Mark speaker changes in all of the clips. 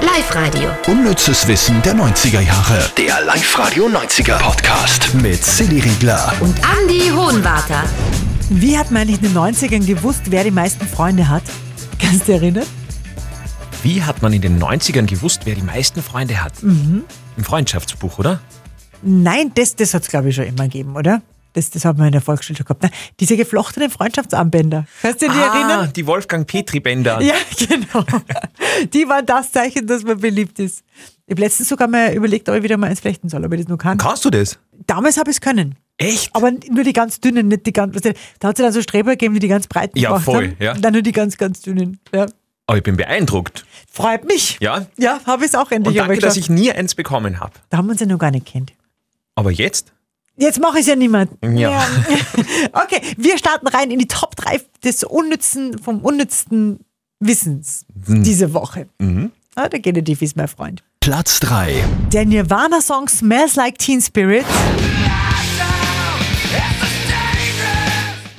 Speaker 1: Live-Radio.
Speaker 2: Unnützes Wissen der 90er Jahre.
Speaker 3: Der Live-Radio 90er Podcast.
Speaker 2: Mit Silly Riegler.
Speaker 1: Und Andy Hohenwarter.
Speaker 4: Wie hat man eigentlich in den 90ern gewusst, wer die meisten Freunde hat? Kannst du dich erinnern?
Speaker 5: Wie hat man in den 90ern gewusst, wer die meisten Freunde hat?
Speaker 4: Mhm.
Speaker 5: Im Freundschaftsbuch, oder?
Speaker 4: Nein, das, das hat es, glaube ich, schon immer gegeben, oder? Das, das hat man in der Volksschule schon gehabt. Ne? Diese geflochtenen Freundschaftsarmbänder. Kannst du dich
Speaker 5: ah,
Speaker 4: erinnern?
Speaker 5: die Wolfgang-Petri-Bänder.
Speaker 4: Ja, genau. Die waren das Zeichen, dass man beliebt ist. Ich habe letztens sogar mal überlegt, ob ich wieder mal eins flechten soll, ob ich das nur kann.
Speaker 5: Kannst du das?
Speaker 4: Damals habe ich es können.
Speaker 5: Echt?
Speaker 4: Aber nur die ganz dünnen, nicht die ganz. weißt du, Da hat es dann so Streber gegeben, die die ganz breiten
Speaker 5: Ja,
Speaker 4: gemacht
Speaker 5: voll,
Speaker 4: haben.
Speaker 5: ja.
Speaker 4: Und dann nur die ganz, ganz dünnen. Ja.
Speaker 5: Aber ich bin beeindruckt.
Speaker 4: Freut mich.
Speaker 5: Ja?
Speaker 4: Ja, habe ich es auch endlich
Speaker 5: Und danke,
Speaker 4: aber
Speaker 5: dass
Speaker 4: geschafft.
Speaker 5: ich nie eins bekommen habe.
Speaker 4: Da haben wir uns ja noch gar nicht kennt.
Speaker 5: Aber jetzt?
Speaker 4: Jetzt mache ich es ja niemand.
Speaker 5: Ja.
Speaker 4: Okay, wir starten rein in die Top 3 des unnützen, vom unnützten Wissens diese Woche. Ah, da geht der Diff ist mein Freund.
Speaker 2: Platz 3.
Speaker 4: Der Nirvana-Song Smells Like Teen Spirit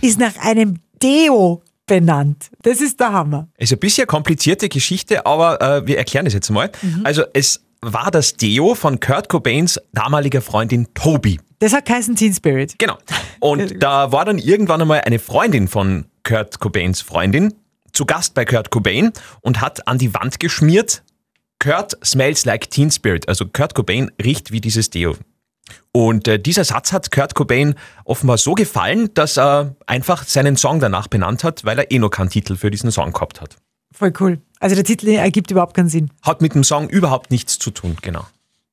Speaker 4: ist nach einem Deo benannt. Das ist der Hammer.
Speaker 5: Ist ein bisschen komplizierte Geschichte, aber äh, wir erklären es jetzt mal.
Speaker 4: Mhm.
Speaker 5: Also es war das Deo von Kurt Cobains damaliger Freundin Toby.
Speaker 4: Das hat geheißen Teen Spirit.
Speaker 5: Genau. Und da war dann irgendwann einmal eine Freundin von Kurt Cobains Freundin zu Gast bei Kurt Cobain und hat an die Wand geschmiert, Kurt smells like Teen Spirit. Also Kurt Cobain riecht wie dieses Deo. Und äh, dieser Satz hat Kurt Cobain offenbar so gefallen, dass er einfach seinen Song danach benannt hat, weil er eh noch keinen Titel für diesen Song gehabt hat.
Speaker 4: Voll cool. Also der Titel ergibt überhaupt keinen Sinn.
Speaker 5: Hat mit dem Song überhaupt nichts zu tun, genau.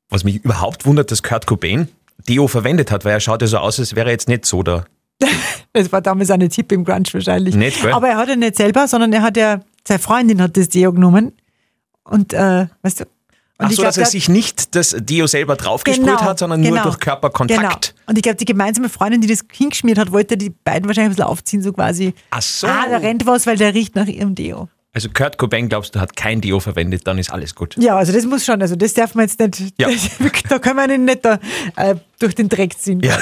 Speaker 5: Was mich überhaupt wundert, dass Kurt Cobain Deo verwendet hat, weil er schaut ja so aus, als wäre er jetzt nicht so der
Speaker 4: Das war damals eine Tipp im Grunge wahrscheinlich.
Speaker 5: Nicht, gell?
Speaker 4: Aber er hat ja nicht selber, sondern er hat ja, seine Freundin hat das Deo genommen. Und, äh, weißt du? Und
Speaker 5: Ach so,
Speaker 4: glaub,
Speaker 5: dass er
Speaker 4: der-
Speaker 5: sich nicht das Deo selber draufgesprüht
Speaker 4: Genau,
Speaker 5: hat, sondern nur
Speaker 4: genau,
Speaker 5: durch Körperkontakt.
Speaker 4: Genau. Und ich glaube, die gemeinsame Freundin, die das hingeschmiert hat, wollte die beiden wahrscheinlich ein bisschen aufziehen, so quasi.
Speaker 5: Ach so.
Speaker 4: Ah, da rennt was, weil der riecht nach ihrem Deo.
Speaker 5: Also Kurt Cobain, glaubst du, hat kein Deo verwendet, dann ist alles gut.
Speaker 4: Ja, also das muss schon, also das darf man jetzt nicht,
Speaker 5: Ja.
Speaker 4: da können wir ihn nicht da, äh, durch den Dreck ziehen.
Speaker 5: Ja.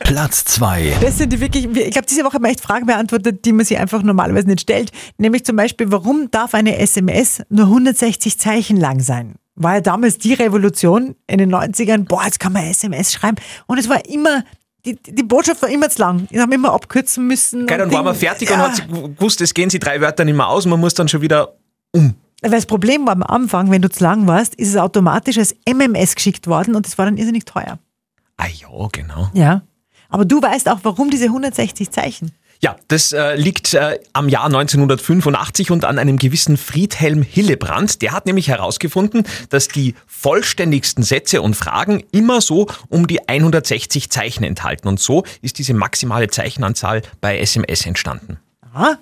Speaker 2: Platz 2.
Speaker 4: Das sind die wirklich, ich glaube, diese Woche haben wir echt Fragen beantwortet, die man sich einfach normalerweise nicht stellt. Nämlich zum Beispiel, warum darf eine SMS nur 160 Zeichen lang sein? War ja damals die Revolution in den 90ern, boah, jetzt kann man SMS schreiben. Und es war immer, die, die Botschaft war immer zu lang. Die haben immer abkürzen müssen.
Speaker 5: Geil, dann war
Speaker 4: Ding.
Speaker 5: man fertig und
Speaker 4: Ja.
Speaker 5: hat sich gewusst, es gehen sie drei Wörter nicht mehr aus, man muss dann schon wieder.
Speaker 4: Weil das Problem war am Anfang, wenn du zu lang warst, ist es automatisch als MMS geschickt worden und es war dann irrsinnig teuer.
Speaker 5: Ah ja, genau.
Speaker 4: Ja. Aber du weißt auch, warum diese 160 Zeichen?
Speaker 5: Ja, das äh, liegt äh, am Jahr 1985 und an einem gewissen Friedhelm Hillebrand. Der hat nämlich herausgefunden, dass die vollständigsten Sätze und Fragen immer so um die 160 Zeichen enthalten. Und so ist diese maximale Zeichenanzahl bei SMS entstanden.
Speaker 4: Ah,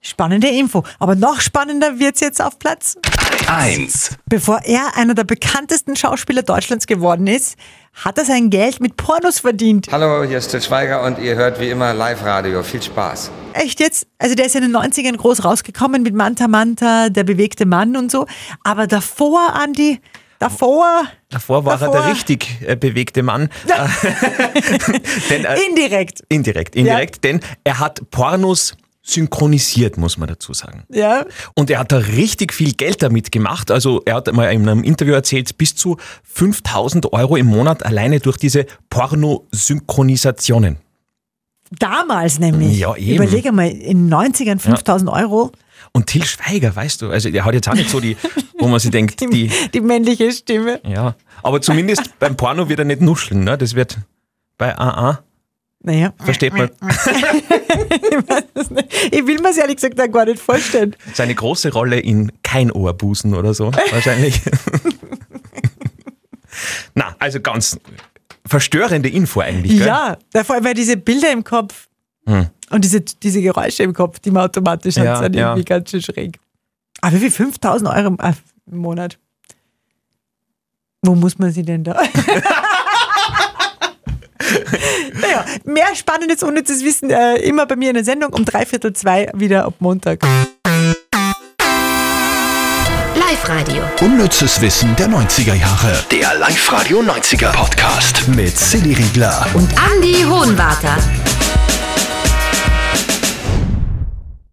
Speaker 4: spannende Info. Aber noch spannender wird's jetzt auf Platz.
Speaker 3: 1.
Speaker 4: Bevor er einer der bekanntesten Schauspieler Deutschlands geworden ist, hat er sein Geld mit Pornos verdient.
Speaker 6: Hallo, hier ist Til Schweiger und ihr hört wie immer Live-Radio. Viel Spaß.
Speaker 4: Echt jetzt? Also der ist in den 90ern groß rausgekommen mit Manta Manta, der bewegte Mann und so. Aber davor, Andi, davor,
Speaker 5: Davor war er
Speaker 4: Davor-
Speaker 5: der richtig äh, bewegte Mann. denn, äh,
Speaker 4: indirekt.
Speaker 5: indirekt, indirekt, denn er hat Pornos synchronisiert, muss man dazu sagen.
Speaker 4: Ja,
Speaker 5: Und er hat da richtig viel Geld damit gemacht. Also er hat mal in einem Interview erzählt, bis zu 5000 Euro im Monat alleine durch diese Pornosynchronisationen.
Speaker 4: damals nämlich.
Speaker 5: Ja, eben.
Speaker 4: Überlege mal, in den 90ern 5000 Euro,
Speaker 5: Und Till Schweiger, weißt du, also der hat jetzt auch nicht so die, wo man sich denkt, die,
Speaker 4: die männliche Stimme.
Speaker 5: ja. Aber zumindest beim Porno wird er nicht nuscheln, ne? Das wird bei AA,
Speaker 4: Naja,
Speaker 5: versteht man,
Speaker 4: ich will mir's ehrlich gesagt auch gar nicht vorstellen.
Speaker 5: seine große Rolle in kein Ohrbusen oder so, wahrscheinlich. Na, also ganz verstörende Info eigentlich. Gell?
Speaker 4: Ja, da vor allem weil diese Bilder im Kopf und diese, diese Geräusche im Kopf, die man automatisch
Speaker 5: Hm. Ja,
Speaker 4: hat, sind
Speaker 5: ja.
Speaker 4: irgendwie ganz schön schräg. Aber wie viel 5000 Euro im, ah, im Monat? Wo muss man sie denn da? naja, mehr spannendes, unnützes Wissen äh, immer bei mir in der Sendung um dreiviertel zwei wieder ab Montag.
Speaker 1: Live-Radio.
Speaker 2: Unnützes Wissen der 90er Jahre.
Speaker 3: Der Live-Radio 90er Podcast.
Speaker 2: Mit Silly Riegler.
Speaker 1: Und Andy Hohenwarter.